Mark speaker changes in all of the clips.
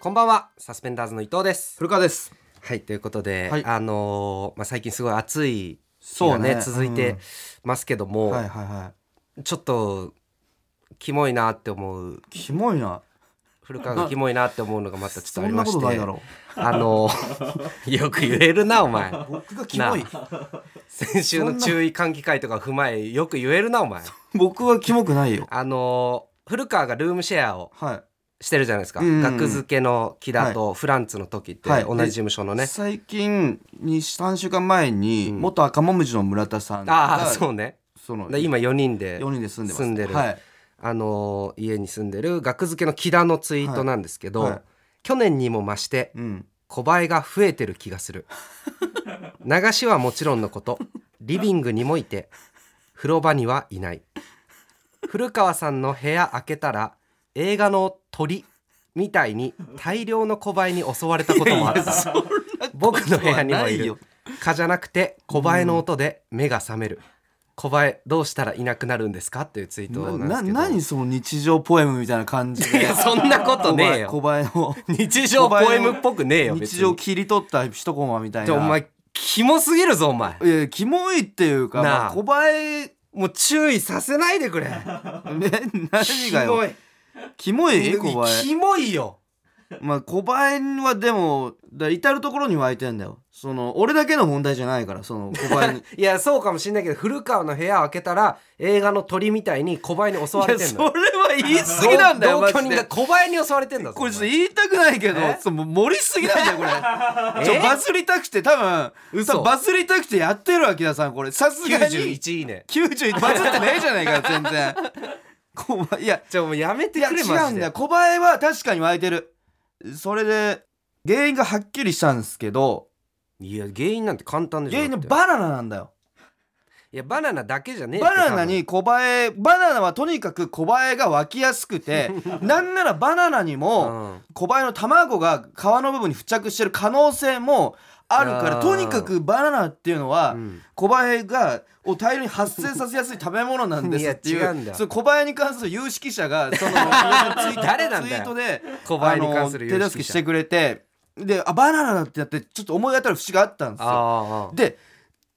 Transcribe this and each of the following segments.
Speaker 1: こんばんはサスペンダーズの伊藤です
Speaker 2: 古川です
Speaker 1: はいということで、
Speaker 2: はい
Speaker 1: あのーまあ、最近すごい暑い日がね
Speaker 2: そうね
Speaker 1: 続いてますけども、
Speaker 2: はいはいはい
Speaker 1: ちょっとキモいなって思う
Speaker 2: キモいな
Speaker 1: 古川がキモいなって思うのがまたちょっと
Speaker 2: そ
Speaker 1: あり
Speaker 2: ん
Speaker 1: ま
Speaker 2: な
Speaker 1: し
Speaker 2: こ
Speaker 1: て
Speaker 2: とないだろ
Speaker 1: あのー よく言えるなお前
Speaker 2: う僕がキモい
Speaker 1: 先週の注意喚起会とか踏まえよく言えるなお前
Speaker 2: 僕はキモくないよ
Speaker 1: あのー古川がルームシェアを
Speaker 2: は
Speaker 1: してるじゃないですか、
Speaker 2: うんうんうん
Speaker 1: 学付けの木田とフランツの時って
Speaker 2: は
Speaker 1: 同
Speaker 2: い
Speaker 1: じ事務所の
Speaker 2: い、
Speaker 1: ね、
Speaker 2: 最近に3週間前に、
Speaker 1: うん
Speaker 2: 元赤もみじの村田さんが
Speaker 1: ああそうね
Speaker 2: その
Speaker 1: で今4人で
Speaker 2: 4人で住んでます
Speaker 1: 住んでる
Speaker 2: はい
Speaker 1: あのー家に住んでる学付けの木田のツイートなんですけど、
Speaker 2: はいはい
Speaker 1: 去年にも増して
Speaker 2: うん、
Speaker 1: 小映えが増えてる気がする流しはもちろんの ことリビングにもいて風呂場にはいない古川さんの部屋開けたら映画の鳥みたいに大量の小映えに襲われたこともある僕の部屋にもい
Speaker 2: ない
Speaker 1: る
Speaker 2: よ
Speaker 1: 蚊じゃなくて小映えの音で目が覚める、小映えどうしたらいなくなるんですかっていうツイートなんで
Speaker 2: な
Speaker 1: すけど
Speaker 2: 何その日常ポエムみたいな感じ
Speaker 1: い
Speaker 2: で
Speaker 1: や そんなことねえよ
Speaker 2: 小林 の
Speaker 1: 日常ポエムっぽくねえよ別
Speaker 2: 日常
Speaker 1: に
Speaker 2: 切り取った一コマみたい
Speaker 1: じゃ
Speaker 2: な
Speaker 1: あお前キモすぎるぞお前
Speaker 2: いやキモいっていうか、
Speaker 1: な
Speaker 2: まあ、
Speaker 1: あ
Speaker 2: 小 林
Speaker 1: もう注意させない でくれ
Speaker 2: ね何がよキモい
Speaker 1: キ
Speaker 2: 小
Speaker 1: モい
Speaker 2: 林
Speaker 1: キモいよ
Speaker 2: まあ小林はでもだ至る所に湧いてんだよその俺だけの問題じゃないからその小林 に
Speaker 1: いやそうかもしんないけど古川の部屋開けたら映画の鳥みたいに小林に襲われてんのよ
Speaker 2: は言い過
Speaker 1: 同同居
Speaker 2: マジ
Speaker 1: 人
Speaker 2: で
Speaker 1: が小林に襲われてんだぞ
Speaker 2: これちょっと
Speaker 1: お前
Speaker 2: 言いたくないけど
Speaker 1: え
Speaker 2: その盛りすぎなんだよこれち
Speaker 1: え
Speaker 2: ょバズりたくて多分
Speaker 1: 嘘
Speaker 2: 多分バズりたくてやってるわ木田さんこれさすがに
Speaker 1: 91いいね
Speaker 2: 91バズってねえじゃないかよ全然小林いや
Speaker 1: じゃあもうやめて
Speaker 2: いや
Speaker 1: くれ
Speaker 2: 違
Speaker 1: マ
Speaker 2: う
Speaker 1: ジ
Speaker 2: んだよ
Speaker 1: で
Speaker 2: 小林は確かに湧いてるそれで原因がはっきりしたんですけど
Speaker 1: いや原因なんて簡単でしょ
Speaker 2: 原因の
Speaker 1: だって
Speaker 2: バナナなんだよ
Speaker 1: いやバナナだけじゃねえって
Speaker 2: バナナに小林バナナはとにかく小林が湧きやすくてなんならバナナに
Speaker 1: 多
Speaker 2: も
Speaker 1: 分
Speaker 2: 小林の卵が皮の部分に付着してる可能性もあるか
Speaker 1: あ
Speaker 2: ら
Speaker 1: ー
Speaker 2: とにかくバナナっていうのは
Speaker 1: うん
Speaker 2: 小林がを大量に発生させやすい食べ物なんですってい
Speaker 1: いうや違うんだ
Speaker 2: そう小林に関する有識者が その
Speaker 1: 誰な
Speaker 2: ツ
Speaker 1: んだよ
Speaker 2: イートで
Speaker 1: 小林に関する
Speaker 2: あの手助けしてくれてであバナナだってなってちょっと思い当たる節があったんですよ。
Speaker 1: ああ
Speaker 2: で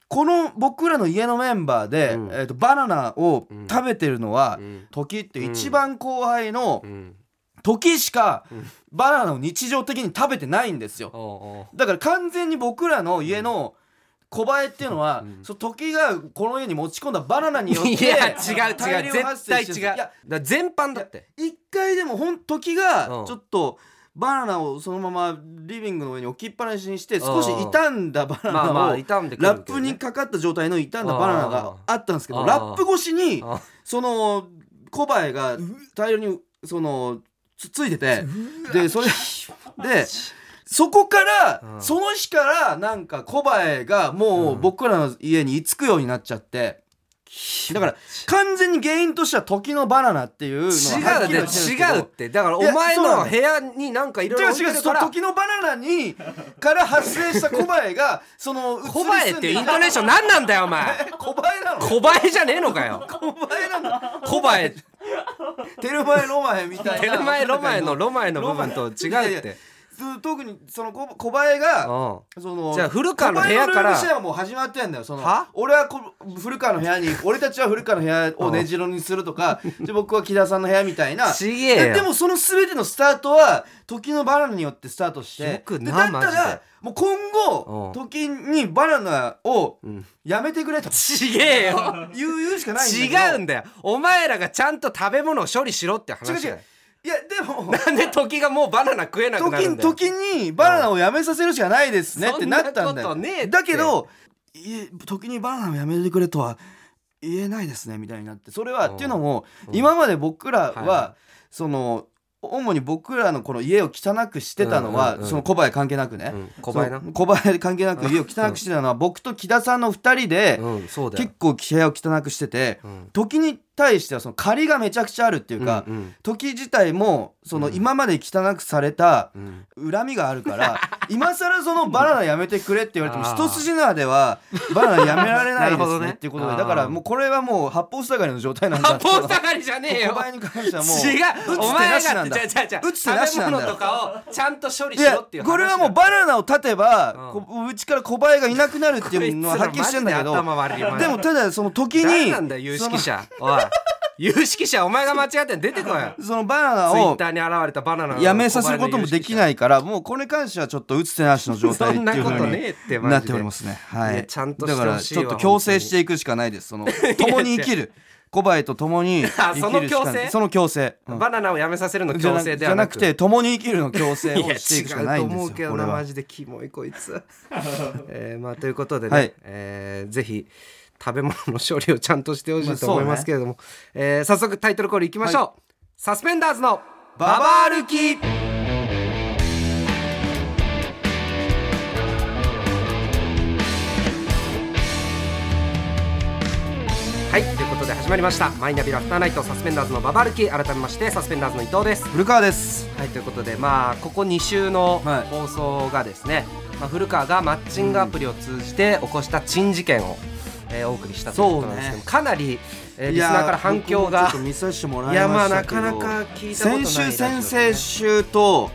Speaker 2: この僕らの家のメンバーで、
Speaker 1: うん
Speaker 2: えー、とバナナを食べてるのは、
Speaker 1: うん
Speaker 2: 時っていう一番後輩の
Speaker 1: うん
Speaker 2: 時しかバナナを日常的に食べてないんですよ
Speaker 1: おうおう
Speaker 2: だから完全に僕らの家の小林っていうのは、
Speaker 1: うん
Speaker 2: その時がこの家に持ち込んだバナナによって
Speaker 1: いや違う
Speaker 2: 大
Speaker 1: 違
Speaker 2: 量
Speaker 1: う絶
Speaker 2: 発生
Speaker 1: 対
Speaker 2: してる
Speaker 1: 違うだ
Speaker 2: い
Speaker 1: か
Speaker 2: や
Speaker 1: ら全般だって
Speaker 2: 一回でもほん時
Speaker 1: う
Speaker 2: が
Speaker 1: ん
Speaker 2: ちょっとバナナをそのままリビングの上に置きっぱなしにして少し傷んだバナ
Speaker 1: まあま
Speaker 2: ナ
Speaker 1: あ
Speaker 2: を
Speaker 1: 傷んでくるけど
Speaker 2: ラ
Speaker 1: ね
Speaker 2: ップにかかった状態の傷んだバナナがあったんですけ
Speaker 1: あ
Speaker 2: ど
Speaker 1: ー
Speaker 2: ラップ越しに
Speaker 1: あ
Speaker 2: その小林が大量にそのつついててでそれでそこか
Speaker 1: うん
Speaker 2: らその日からなんか小林がもう僕らの家に居つくようになっちゃってだから完全に原因としては時のバナナっていうのは
Speaker 1: 違
Speaker 2: は
Speaker 1: う
Speaker 2: っきり
Speaker 1: で
Speaker 2: としてるんですけ
Speaker 1: 違
Speaker 2: ど
Speaker 1: うってだからお前の部屋になんかいろい
Speaker 2: 違
Speaker 1: ろ
Speaker 2: う
Speaker 1: 置
Speaker 2: 違
Speaker 1: いて
Speaker 2: う
Speaker 1: る
Speaker 2: そ
Speaker 1: か
Speaker 2: の
Speaker 1: ら
Speaker 2: 時のバナナにから発生した小林が その
Speaker 1: 小林っていうイントネーション何なんだよお前
Speaker 2: え小林なの
Speaker 1: 小林じゃねえのかよ
Speaker 2: 小林なんだ
Speaker 1: 小林
Speaker 2: テルマエロマエみたいな
Speaker 1: テルマエロマエのロマエの部分と違うっ
Speaker 2: いやいや
Speaker 1: て
Speaker 2: ず特にその小小林が
Speaker 1: う
Speaker 2: その
Speaker 1: じゃあ古川の部屋から
Speaker 2: 小林のルームシェアはもう始まってんだよその
Speaker 1: は
Speaker 2: 俺はこ古川の部屋に俺たちは古川の部屋を根城にすると かじゃあ僕は木田さんの部屋みたいなん
Speaker 1: ちげえ
Speaker 2: でで
Speaker 1: よ
Speaker 2: もその全てのスタートは時のバナナによってスタートして
Speaker 1: よくな
Speaker 2: でだった
Speaker 1: マジで
Speaker 2: らもう今後
Speaker 1: う
Speaker 2: 時にバナナを
Speaker 1: うん
Speaker 2: やめてくれ と
Speaker 1: ちげえよ
Speaker 2: 言う言うしかないんだけど
Speaker 1: 違うんだよお前らがちゃんと食べ物を処理しろって話だよ
Speaker 2: 違う違ういやでも
Speaker 1: なんで時がもうバナナ食えなくなる
Speaker 2: 時
Speaker 1: んだよ
Speaker 2: 時にバナナをやめさせるしかないですね
Speaker 1: うん
Speaker 2: ってなったんだ
Speaker 1: そんなこと
Speaker 2: よ
Speaker 1: ねえって
Speaker 2: だけどい時にバナナをやめてくれとは言えないですねみたいになってそれは
Speaker 1: うん
Speaker 2: っていうのも
Speaker 1: うん
Speaker 2: 今まで僕ら
Speaker 1: は
Speaker 2: はその主に僕らのこの家を汚くしてたの
Speaker 1: うんうん
Speaker 2: は
Speaker 1: うん
Speaker 2: その小林関係なくね
Speaker 1: うん小林な
Speaker 2: そう小林関係なく家を汚くしてたのは僕と木田さんの2人で
Speaker 1: うんそうだよ
Speaker 2: 結構部屋を汚くしてて
Speaker 1: うん
Speaker 2: 時に対してはその借りがめちゃくちゃあるっていうか、
Speaker 1: うん
Speaker 2: 時自体もその
Speaker 1: うん
Speaker 2: 今まで汚くされた
Speaker 1: うんうん
Speaker 2: 恨みがあるから 今更そのバナナやめてくれって言われても
Speaker 1: あー
Speaker 2: 一筋縄ではバナナやめられないで
Speaker 1: なるほ
Speaker 2: す
Speaker 1: どね
Speaker 2: ねっていうことで
Speaker 1: あー
Speaker 2: だからもうこれはもう八方塞がりの状態なんだ
Speaker 1: 八方下がりじゃねえ
Speaker 2: 小
Speaker 1: よ
Speaker 2: 林に関してはもう
Speaker 1: 違
Speaker 2: 打
Speaker 1: う
Speaker 2: つ
Speaker 1: お
Speaker 2: 手な
Speaker 1: 前
Speaker 2: し
Speaker 1: が
Speaker 2: なんだ
Speaker 1: じゃじゃじゃ
Speaker 2: 打つ手なしなんだよ
Speaker 1: 食べ物とかをちゃんと処理
Speaker 2: い
Speaker 1: しろってい
Speaker 2: や
Speaker 1: う話
Speaker 2: これはもうバナナを立てば、
Speaker 1: うん
Speaker 2: こううちから小林がいなくなるっていうのははっきりしてんだけど
Speaker 1: こいつらマジで頭悪いマジ
Speaker 2: でもただその時
Speaker 1: 誰
Speaker 2: に
Speaker 1: なんだよ有識者おい有識者お前が間違ってん出てこいよ
Speaker 2: そのそのバナナ
Speaker 1: ツイッ
Speaker 2: を
Speaker 1: ターに現れたバナナ
Speaker 2: やめさせることもできないいからもうこれに関してはちょっと打つ手なしの状態って
Speaker 1: そん
Speaker 2: い
Speaker 1: な
Speaker 2: う
Speaker 1: こ
Speaker 2: 風
Speaker 1: と
Speaker 2: に
Speaker 1: ねえってマジで
Speaker 2: なっておりますね。はい
Speaker 1: や
Speaker 2: い。
Speaker 1: ちゃんとして
Speaker 2: だから
Speaker 1: ほしい
Speaker 2: ち
Speaker 1: わ
Speaker 2: ょっと強制していくしかないです。その共に生きる小林と共に生きるしかない。
Speaker 1: あその強制
Speaker 2: その強制。うん
Speaker 1: バナナをやめさせるの
Speaker 2: じゃ
Speaker 1: 強
Speaker 2: な
Speaker 1: 制で
Speaker 2: じゃ
Speaker 1: は
Speaker 2: な
Speaker 1: な
Speaker 2: く
Speaker 1: く
Speaker 2: て共に生きるの強制
Speaker 1: い
Speaker 2: を
Speaker 1: や
Speaker 2: していくしか
Speaker 1: 違
Speaker 2: な
Speaker 1: うと
Speaker 2: いんで
Speaker 1: 思う
Speaker 2: す
Speaker 1: け
Speaker 2: よ。
Speaker 1: ど
Speaker 2: これ
Speaker 1: なマ
Speaker 2: は。
Speaker 1: ジでキモいこい つ、えーまあということでね、
Speaker 2: はい
Speaker 1: えーぜひ食べ物の処理をちゃんとしてほしいと思いますけれども、えー早速タイトルコールいきましょう、サスペンダーズのババア歩きはいということで始まりましたマイナビラフターナイトサスペンダーズのババア歩き改めましてサスペンダーズの伊藤です
Speaker 2: 古川です。
Speaker 1: はいということでまあここ2週の
Speaker 2: はい
Speaker 1: 放送がですね、まあ、古川がマッチングアプリを通じて起こした珍事件を、えーお送りしたということなんですけど、
Speaker 2: そうね
Speaker 1: かなり、えーリスナーから反響
Speaker 2: いやー
Speaker 1: が
Speaker 2: 僕もちょっと見させてもら
Speaker 1: い
Speaker 2: い
Speaker 1: やま
Speaker 2: ま
Speaker 1: あ
Speaker 2: した
Speaker 1: な
Speaker 2: けど。
Speaker 1: かなか聞いたことな
Speaker 2: 先
Speaker 1: い
Speaker 2: 週先
Speaker 1: ラ
Speaker 2: 々
Speaker 1: ジ
Speaker 2: 週と
Speaker 1: オ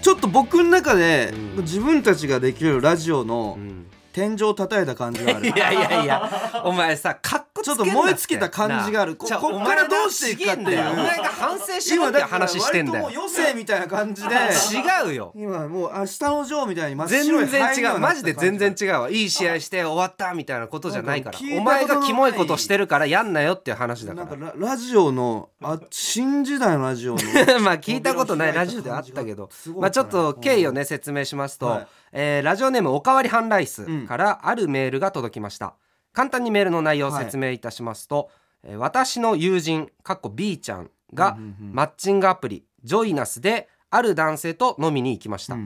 Speaker 2: ちょっと僕の中で
Speaker 1: うん
Speaker 2: 自分たちができるラジオの
Speaker 1: うんうん
Speaker 2: 天井を叩いた感じがある
Speaker 1: い。やいやいやお前さかっこつけんなて
Speaker 2: ちょっと燃え尽きた感じがあるこ
Speaker 1: な
Speaker 2: こっからどうしていくかっていう
Speaker 1: お前なお前が反省しろ
Speaker 2: 今
Speaker 1: って
Speaker 2: だから
Speaker 1: 話してんだよ
Speaker 2: 割ともう余生みたいな感じで
Speaker 1: 違うよ
Speaker 2: 今もう明日のジョーみたいに真っ
Speaker 1: 全
Speaker 2: 白い
Speaker 1: 然違うマジで全然
Speaker 2: 違
Speaker 1: 違うわいい試合して終わったみたいなことじゃないから
Speaker 2: なんか聞いた
Speaker 1: お
Speaker 2: ことない
Speaker 1: 前がキモいことしてるからやんなよっていう話だ
Speaker 2: なん
Speaker 1: か
Speaker 2: かララジオのあ新時代のラジオの
Speaker 1: らまあ 聞いたことないラジオではあったけど
Speaker 2: すごい
Speaker 1: まあちょっと経緯を
Speaker 2: ね
Speaker 1: ね説明しますと
Speaker 2: はい
Speaker 1: えーラジオネームおかわりハンライ
Speaker 2: う
Speaker 1: ス
Speaker 2: ん
Speaker 1: からあるメールが届きました簡単にメールの内容を説明いたしますとえー私の友人かっこ B ちゃんがマッチングアプリジョイナスである男性と飲みに行きました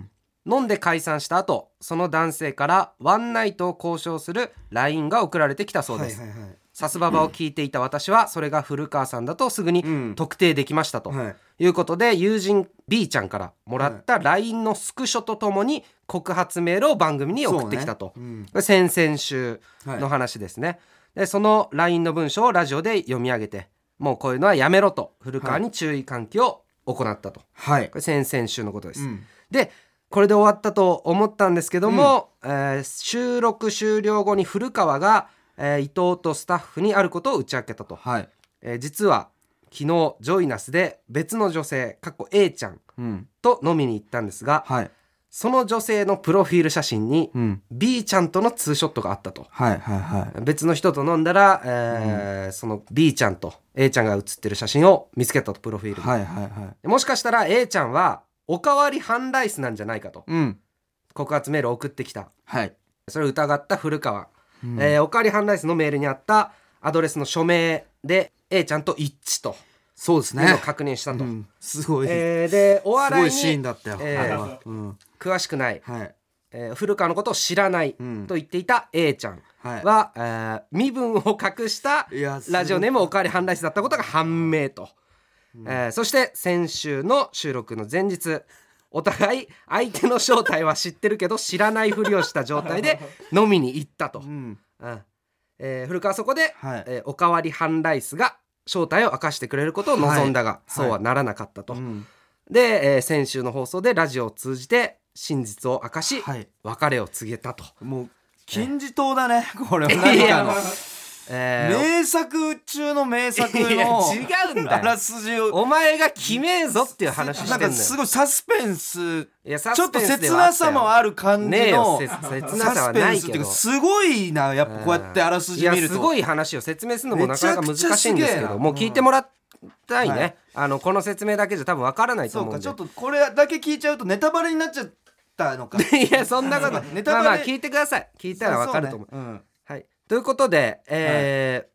Speaker 1: 飲んで解散した後その男性からワンナイトを交渉する LINE が送られてきたそうです、
Speaker 2: はいはいはい
Speaker 1: サスババを聞いていた私はそれが古川さんだとすぐに
Speaker 2: うん
Speaker 1: 特定できましたと
Speaker 2: はい
Speaker 1: いうことで友人 B ちゃんからもらった LINE のスクショとともに告発メールを番組に送ってきたと、
Speaker 2: そうね
Speaker 1: これ先々週
Speaker 2: うん
Speaker 1: の
Speaker 2: はい
Speaker 1: 話ですね、でその LINE の文章をラジオで読み上げてもうこういうのはやめろと古川に注意喚起を行ったと、
Speaker 2: はい
Speaker 1: これ先々週のことです、
Speaker 2: うん
Speaker 1: でこれで終わったと思ったんですけども、えー収録終了後に古川が、えー伊藤とスタッフにあることを打ち明けたと、
Speaker 2: はい
Speaker 1: えー実は昨日ジョイナスで別の女性かっこ A ちゃん
Speaker 2: うん
Speaker 1: と飲みに行ったんですが
Speaker 2: はい
Speaker 1: その女性のプロフィール写真に
Speaker 2: うん
Speaker 1: B ちゃんとのツーショットがあったと
Speaker 2: はいはいはい
Speaker 1: 別の人と飲んだら、えーその B ちゃんと A ちゃんが写ってる写真を見つけたとプロフィールに、
Speaker 2: はいはいはい
Speaker 1: もしかしたら A ちゃんはおかわりハンライスなんじゃないかと
Speaker 2: うん
Speaker 1: 告発メールを送ってきた
Speaker 2: はい
Speaker 1: それを疑った古川、
Speaker 2: うん
Speaker 1: えーおかわりハンライスのメールにあったアドレスの署名で A ちゃんと一致と
Speaker 2: そうです
Speaker 1: いうのを
Speaker 2: ね
Speaker 1: 確認したと、
Speaker 2: うんすごいす
Speaker 1: えーでお
Speaker 2: ご
Speaker 1: 笑
Speaker 2: いシ
Speaker 1: い
Speaker 2: ーン
Speaker 1: に
Speaker 2: だったよあ
Speaker 1: えー
Speaker 2: れはうん
Speaker 1: 詳しくない、
Speaker 2: はい
Speaker 1: えー古川のことを知らない
Speaker 2: うん
Speaker 1: と言っていた A ちゃん
Speaker 2: はい
Speaker 1: は、えー身分を隠した
Speaker 2: いや
Speaker 1: ラジオネー
Speaker 2: ム
Speaker 1: ムおかわりハンライスだったことが判明と、えーそして先週の収録の前日お互い相手の正体は知ってるけど知らないふりをした状 態で飲みに行ったと
Speaker 2: う、ん
Speaker 1: うんえー古川はそこで、
Speaker 2: はい
Speaker 1: えーおかわりハンライスが正体を明かしてくれることを望んだが、
Speaker 2: はい
Speaker 1: そうはならなかったと、
Speaker 2: うん
Speaker 1: で、えー先週の放送でラジオを通じて真実を明かし、
Speaker 2: はい
Speaker 1: 別れを告げたと、
Speaker 2: もう金字塔だねこれはい何
Speaker 1: や
Speaker 2: か
Speaker 1: もう
Speaker 2: の
Speaker 1: えー
Speaker 2: 名作中の名作
Speaker 1: いや
Speaker 2: の
Speaker 1: 違うんだ
Speaker 2: あ
Speaker 1: よ
Speaker 2: らすじを
Speaker 1: お前が決めんぞっていう話して
Speaker 2: なん
Speaker 1: んだ
Speaker 2: か
Speaker 1: よ
Speaker 2: すごいサスペンス
Speaker 1: いやサ
Speaker 2: ちょ
Speaker 1: ス
Speaker 2: っと
Speaker 1: ペンスで
Speaker 2: 切
Speaker 1: はあ
Speaker 2: な
Speaker 1: った
Speaker 2: さ
Speaker 1: よ
Speaker 2: もある感
Speaker 1: ねえ
Speaker 2: じ
Speaker 1: よ
Speaker 2: の
Speaker 1: せ切なさ
Speaker 2: サ
Speaker 1: は
Speaker 2: スペ
Speaker 1: な
Speaker 2: ン
Speaker 1: い
Speaker 2: スってい
Speaker 1: け
Speaker 2: う
Speaker 1: ど
Speaker 2: かすごいなやっぱこうやってあらすじ見
Speaker 1: い
Speaker 2: る
Speaker 1: やす
Speaker 2: と
Speaker 1: ごい話を説明するのもなかなか難しいんですけ
Speaker 2: めちゃくちゃすげ
Speaker 1: ど
Speaker 2: えな
Speaker 1: もう聞いてもらったいね、
Speaker 2: はい
Speaker 1: あのこの説明だけじゃ多分わからないと
Speaker 2: そう
Speaker 1: 思う
Speaker 2: か
Speaker 1: んで
Speaker 2: ちょっとこれだけ聞いちゃうとネタバレになっちゃった のか
Speaker 1: いやそんなこと
Speaker 2: ネタバ
Speaker 1: まあ
Speaker 2: レ
Speaker 1: まあ聞いてください聞いたらわかると思う
Speaker 2: そうね
Speaker 1: はい、ということで、えー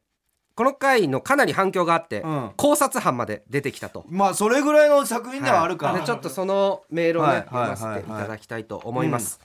Speaker 1: この回のかなり反響があって、
Speaker 2: うん
Speaker 1: 考察班まで出てきたと。
Speaker 2: うんまあそれぐらいの作品ではあるか
Speaker 1: はい
Speaker 2: ら
Speaker 1: でちょっとそのメールをね、
Speaker 2: はい
Speaker 1: 読ませてい
Speaker 2: はいはいはい
Speaker 1: ただきたいと思います。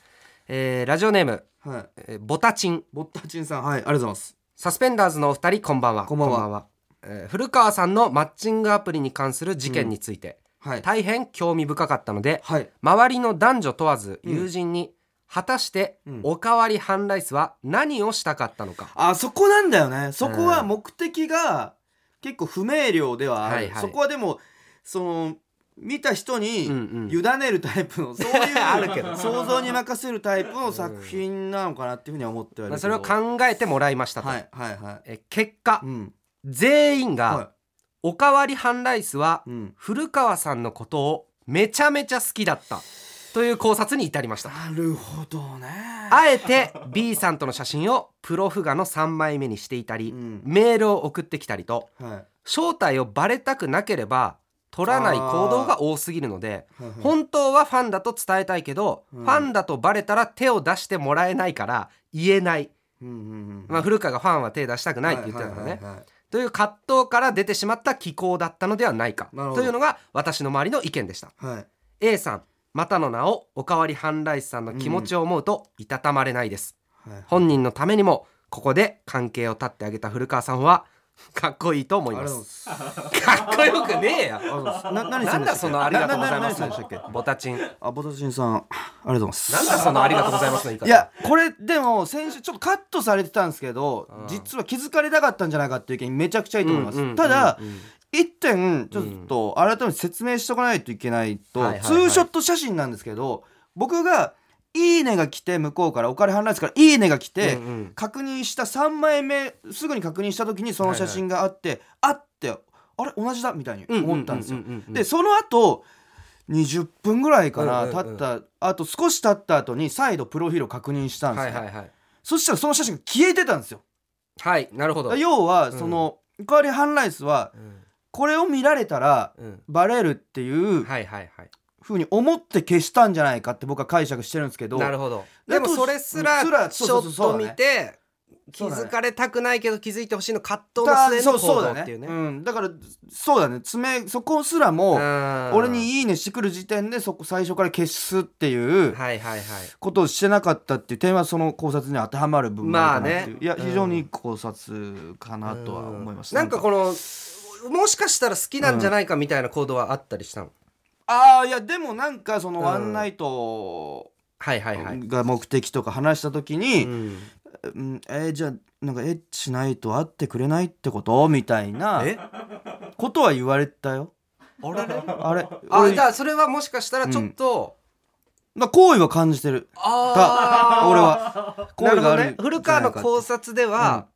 Speaker 1: えーラジオネーム、
Speaker 2: はい
Speaker 1: えーボタチン
Speaker 2: ボッタチンさんはいありがとうございます
Speaker 1: サスペンダーズのお二人こんばんは
Speaker 2: こんばんは
Speaker 1: えー古川さんのマッチングアプリに関する事件について、
Speaker 2: はい
Speaker 1: 大変興味深かったので
Speaker 2: はい
Speaker 1: 周りの男女問わず
Speaker 2: うん
Speaker 1: 友人に、果たして
Speaker 2: うん
Speaker 1: おかわりハンライスは何をしたかったのか、
Speaker 2: あそこなんだよねそこは目的が結構不明瞭ではある、
Speaker 1: はいはい
Speaker 2: そこはでもその見た人に
Speaker 1: うんう
Speaker 2: 委
Speaker 1: ん
Speaker 2: ねるタイプ の、そういう
Speaker 1: あるけど
Speaker 2: 想像に任せるタイプの作品なのかなっていうふうには思ってはいる
Speaker 1: まあ、
Speaker 2: けど、
Speaker 1: それを考えてもらいましたと、
Speaker 2: はいはいはい
Speaker 1: えー結果、
Speaker 2: うん
Speaker 1: 全員が
Speaker 2: は
Speaker 1: 「おかわりハンライスはい
Speaker 2: うん
Speaker 1: 古川さんのことをめちゃめちゃ好きだった」という考察に至りました
Speaker 2: なるほどね
Speaker 1: あえて B さんとの写真をプロフ画の3枚目にしていたり、
Speaker 2: うん
Speaker 1: メールを送ってきたりと
Speaker 2: はいはい
Speaker 1: 正体をバレたくなければ取らない行動が多すぎるので
Speaker 2: はい
Speaker 1: 本当はファンだと伝えたいけど、
Speaker 2: うん
Speaker 1: ファンだとバレたら手を出してもらえないから言えない、
Speaker 2: うんうんうん
Speaker 1: まあ、古川がファンは手出したくないって言ってたからね、
Speaker 2: はいはいはいはい
Speaker 1: という葛藤から出てしまった気候だったのではないか
Speaker 2: なるほど
Speaker 1: というのが私の周りの意見でした
Speaker 2: はい
Speaker 1: A さんまたの名をおかわりハンライスさんの気持ちを思うといたたまれないです、
Speaker 2: はい
Speaker 1: 本人のためにもここで関係を立ってあげた古川さんは かっこいいと思い
Speaker 2: ありが
Speaker 1: ま
Speaker 2: とうございますす
Speaker 1: かっこよくねえや
Speaker 2: ありがとうございますな何
Speaker 1: なんだそのありがとうございます
Speaker 2: な
Speaker 1: の
Speaker 2: な何さんでしたっ
Speaker 1: ボタチンなん
Speaker 2: けあボタチンさんありがとうございます
Speaker 1: だそのありがとうございますの言い方
Speaker 2: いやこれでも先週ちょっとカットされてたんですけど
Speaker 1: うん
Speaker 2: 実は気づかれたかったんじゃないかっていう意見めちゃくちゃいいと思います、
Speaker 1: うんうん
Speaker 2: ただ、
Speaker 1: うん
Speaker 2: 一点ちょっと改めて説明しておかないといけないと、
Speaker 1: はいはいはい
Speaker 2: ツーショット写真なんですけど僕が「いいね」が来て向こうからお金払いですから「いいね」が来て、
Speaker 1: うんうん
Speaker 2: 確認した3枚目すぐに確認した時にその写真があって、あってあれ同じだみたいに思ったんですよ。
Speaker 1: うううううん
Speaker 2: でその後20分ぐらいかな、
Speaker 1: うんうんうん
Speaker 2: 経ったあと少し経った後に再度プロフィールを確認したんです
Speaker 1: は
Speaker 2: ね、
Speaker 1: いはいはい
Speaker 2: そしたらその写真が消えてたんですよ
Speaker 1: はいなるほど
Speaker 2: だから要はその、おかわりハンライスは
Speaker 1: うん
Speaker 2: これを見られたら
Speaker 1: うん
Speaker 2: バレるっていう
Speaker 1: はいはいはい
Speaker 2: ふうに思って消したんじゃないかって僕は解釈してるんですけど
Speaker 1: なるほど
Speaker 2: で
Speaker 1: でも
Speaker 2: と
Speaker 1: それすら
Speaker 2: すら
Speaker 1: ち
Speaker 2: そう
Speaker 1: ょ
Speaker 2: そうそ
Speaker 1: っ
Speaker 2: うそう
Speaker 1: と
Speaker 2: だね
Speaker 1: 見て気
Speaker 2: そうだね
Speaker 1: づかれたくないけど気づいてほしいの葛藤
Speaker 2: だ
Speaker 1: の末
Speaker 2: そ
Speaker 1: の
Speaker 2: うそ
Speaker 1: 行
Speaker 2: う
Speaker 1: 動
Speaker 2: だ
Speaker 1: っ
Speaker 2: ね
Speaker 1: ていうね
Speaker 2: うん、だからそうだね爪そこすらも、俺
Speaker 1: 俺
Speaker 2: に「いいね」してくる時点でそこ最初から消すっていう
Speaker 1: はいはいはい
Speaker 2: ことをしてなかったっていう点はその考察に当てはまる部分なのかなっていう、
Speaker 1: まあね
Speaker 2: いや
Speaker 1: うん
Speaker 2: 非常にいい考察かなとは思いました、
Speaker 1: なんかこのもしかしたら好きなんじゃないかみたいな行動はあったりしたの
Speaker 2: ああいやでもなんかその
Speaker 1: うん
Speaker 2: ワンナイト
Speaker 1: はいはいはい
Speaker 2: が目的とか話した時に、
Speaker 1: うん
Speaker 2: うんえーじゃあなんかエッチしないと会ってくれないってことみたいな
Speaker 1: え
Speaker 2: ことは言われたよ
Speaker 1: あれれ
Speaker 2: あれ
Speaker 1: あ
Speaker 2: 俺
Speaker 1: じゃあそれはもしかしたらちょっと
Speaker 2: まあ好意は感じてる
Speaker 1: あー
Speaker 2: 俺は好意
Speaker 1: なるほ
Speaker 2: があ
Speaker 1: ど
Speaker 2: る
Speaker 1: ね古川の考
Speaker 2: 察
Speaker 1: 察では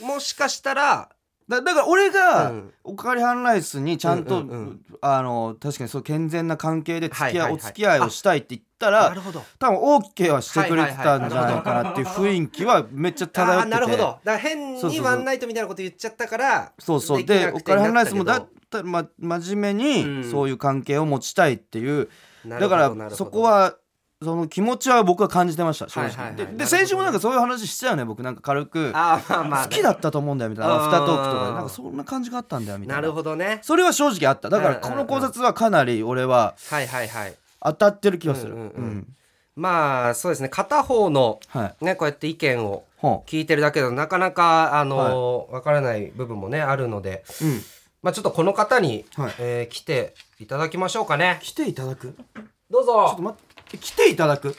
Speaker 1: もしかしたら
Speaker 2: だだから俺が、
Speaker 1: うん
Speaker 2: おかわりハンライスにちゃんと、
Speaker 1: うんうんうん
Speaker 2: あの確かにそう健全な関係で付き合い、
Speaker 1: はいはいはい
Speaker 2: お付き合いをしたいって言った
Speaker 1: な
Speaker 2: ら
Speaker 1: るほど
Speaker 2: 多分 OK はしてくれてたんじゃないかなっていう雰囲気はめっちゃ漂っ
Speaker 1: あ
Speaker 2: て
Speaker 1: あ
Speaker 2: て
Speaker 1: なるほどだから変
Speaker 2: そうそう
Speaker 1: に
Speaker 2: そう
Speaker 1: ワンナイトみたいなこと言っちゃったから
Speaker 2: そうそう
Speaker 1: でき
Speaker 2: で
Speaker 1: な
Speaker 2: お
Speaker 1: く
Speaker 2: か
Speaker 1: て
Speaker 2: わ
Speaker 1: に
Speaker 2: りハンライス
Speaker 1: なったけど
Speaker 2: もだったら、ま、真面目
Speaker 1: う
Speaker 2: に
Speaker 1: ん
Speaker 2: そういう関係を持ちたいっていう、
Speaker 1: な
Speaker 2: だ
Speaker 1: るほ
Speaker 2: か
Speaker 1: ど
Speaker 2: らそこはその気持ちは僕は感じてました正直、
Speaker 1: はいはいはい
Speaker 2: で
Speaker 1: なるほ
Speaker 2: で
Speaker 1: ど
Speaker 2: 先週もなんかそういう話したよね僕なんか軽く
Speaker 1: あーまあまあ
Speaker 2: 好きだったと思うんだよみたいな
Speaker 1: あ
Speaker 2: ア
Speaker 1: ー
Speaker 2: フタートークとかでなんかそんな感じがあったんだよみたい
Speaker 1: な
Speaker 2: な
Speaker 1: るほどね
Speaker 2: それは正直あっただから
Speaker 1: うんうんうん
Speaker 2: この考察はかなり俺は
Speaker 1: はいはいはい
Speaker 2: 当たってる気がする
Speaker 1: う
Speaker 2: うん
Speaker 1: うん
Speaker 2: ん、
Speaker 1: うんまあそうですね片方の
Speaker 2: はい
Speaker 1: ねこうやって意見を
Speaker 2: ほ
Speaker 1: 聞いてるだけだとなかなかあのーわからない部分もねあるので
Speaker 2: う、うん、
Speaker 1: まあちょっとこの方に
Speaker 2: はい
Speaker 1: えー来ていただきましょうかね
Speaker 2: 来ていただくち
Speaker 1: どう
Speaker 2: ょっと
Speaker 1: ぞ
Speaker 2: 待って来ていただく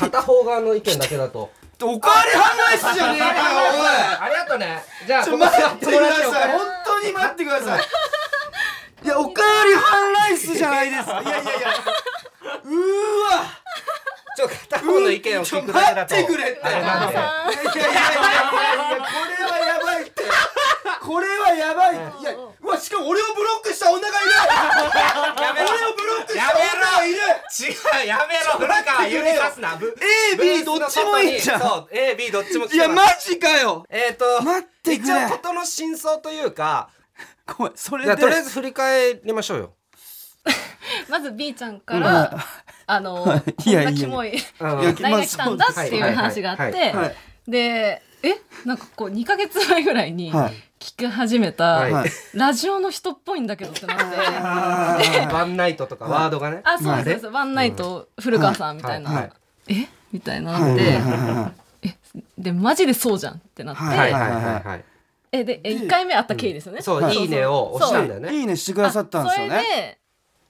Speaker 1: 片方側の意見だけだと
Speaker 2: おかわりハンライスじ ゃねえかよ
Speaker 1: ありがとうねじゃあ
Speaker 2: おいち
Speaker 1: こ
Speaker 2: ょ
Speaker 1: こ座
Speaker 2: 待
Speaker 1: っ
Speaker 2: っててく
Speaker 1: もら
Speaker 2: だ
Speaker 1: ってお
Speaker 2: さい
Speaker 1: 金
Speaker 2: 本当に待ってください いやおかわりハンライスじゃないですかいやいやいやうーわ
Speaker 1: ちょっと片方の意見を聞くだけだと
Speaker 2: ちょ待ってくれって
Speaker 1: あれなんで
Speaker 2: いやいやいやいやいやいやこれはやばいってこれはやばいいやうわしかも俺をブロックした女がいる俺をブロックした女がいる
Speaker 1: 違うやめろなん
Speaker 2: って
Speaker 1: か
Speaker 2: くれよ
Speaker 1: 指さすなぶ
Speaker 2: AB どっちもいいじゃん
Speaker 1: そう AB どっちも聞
Speaker 2: い
Speaker 1: け
Speaker 2: や
Speaker 1: ます
Speaker 2: マジかよ
Speaker 1: えー、と
Speaker 2: 待ってくれ
Speaker 1: 一応事の真相というか
Speaker 2: ごめんそれ
Speaker 1: い
Speaker 2: で
Speaker 1: やとりあえず振り返りましょうよ。
Speaker 3: まず B ちゃんから、あの、
Speaker 2: い
Speaker 3: こん
Speaker 2: やいや
Speaker 3: なキモ
Speaker 1: う
Speaker 3: い
Speaker 1: ん
Speaker 2: いや
Speaker 3: LINE が来たんだっていう話があっ
Speaker 1: はい
Speaker 3: て
Speaker 2: はいはい、
Speaker 3: で、えなんかこう2ヶ月前ぐらいに
Speaker 2: はい
Speaker 3: 聞き始め
Speaker 1: はい
Speaker 3: た、ラジオの人っぽいんだけどってなって、
Speaker 2: あー
Speaker 1: ワンナイトとかワードがね。
Speaker 3: あ、そうですそう
Speaker 1: ね
Speaker 3: です、ワンナイト古川さんみたい
Speaker 2: はいは、
Speaker 3: ないえみたいなので、で、マジでそうじゃんってなっ
Speaker 2: は
Speaker 1: はい
Speaker 3: て、
Speaker 1: はいはいはい。
Speaker 3: えでえ一回目あった経緯ですよね、
Speaker 1: そう、
Speaker 2: はい
Speaker 1: い、いねを押したんだよね
Speaker 2: いいねしてくださったんですよ
Speaker 3: あ
Speaker 2: ね
Speaker 3: それで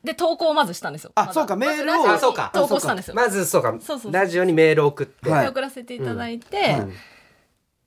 Speaker 3: で投稿をまずしたんですよ
Speaker 2: あ
Speaker 3: まだ
Speaker 2: そうかメールを
Speaker 3: まずラジオに
Speaker 1: あそうか
Speaker 3: 投稿したんですよ、
Speaker 1: まずそうか
Speaker 3: そうそう
Speaker 1: ラジオにメール送って、
Speaker 2: はい
Speaker 3: で送らせていただいて、
Speaker 2: はい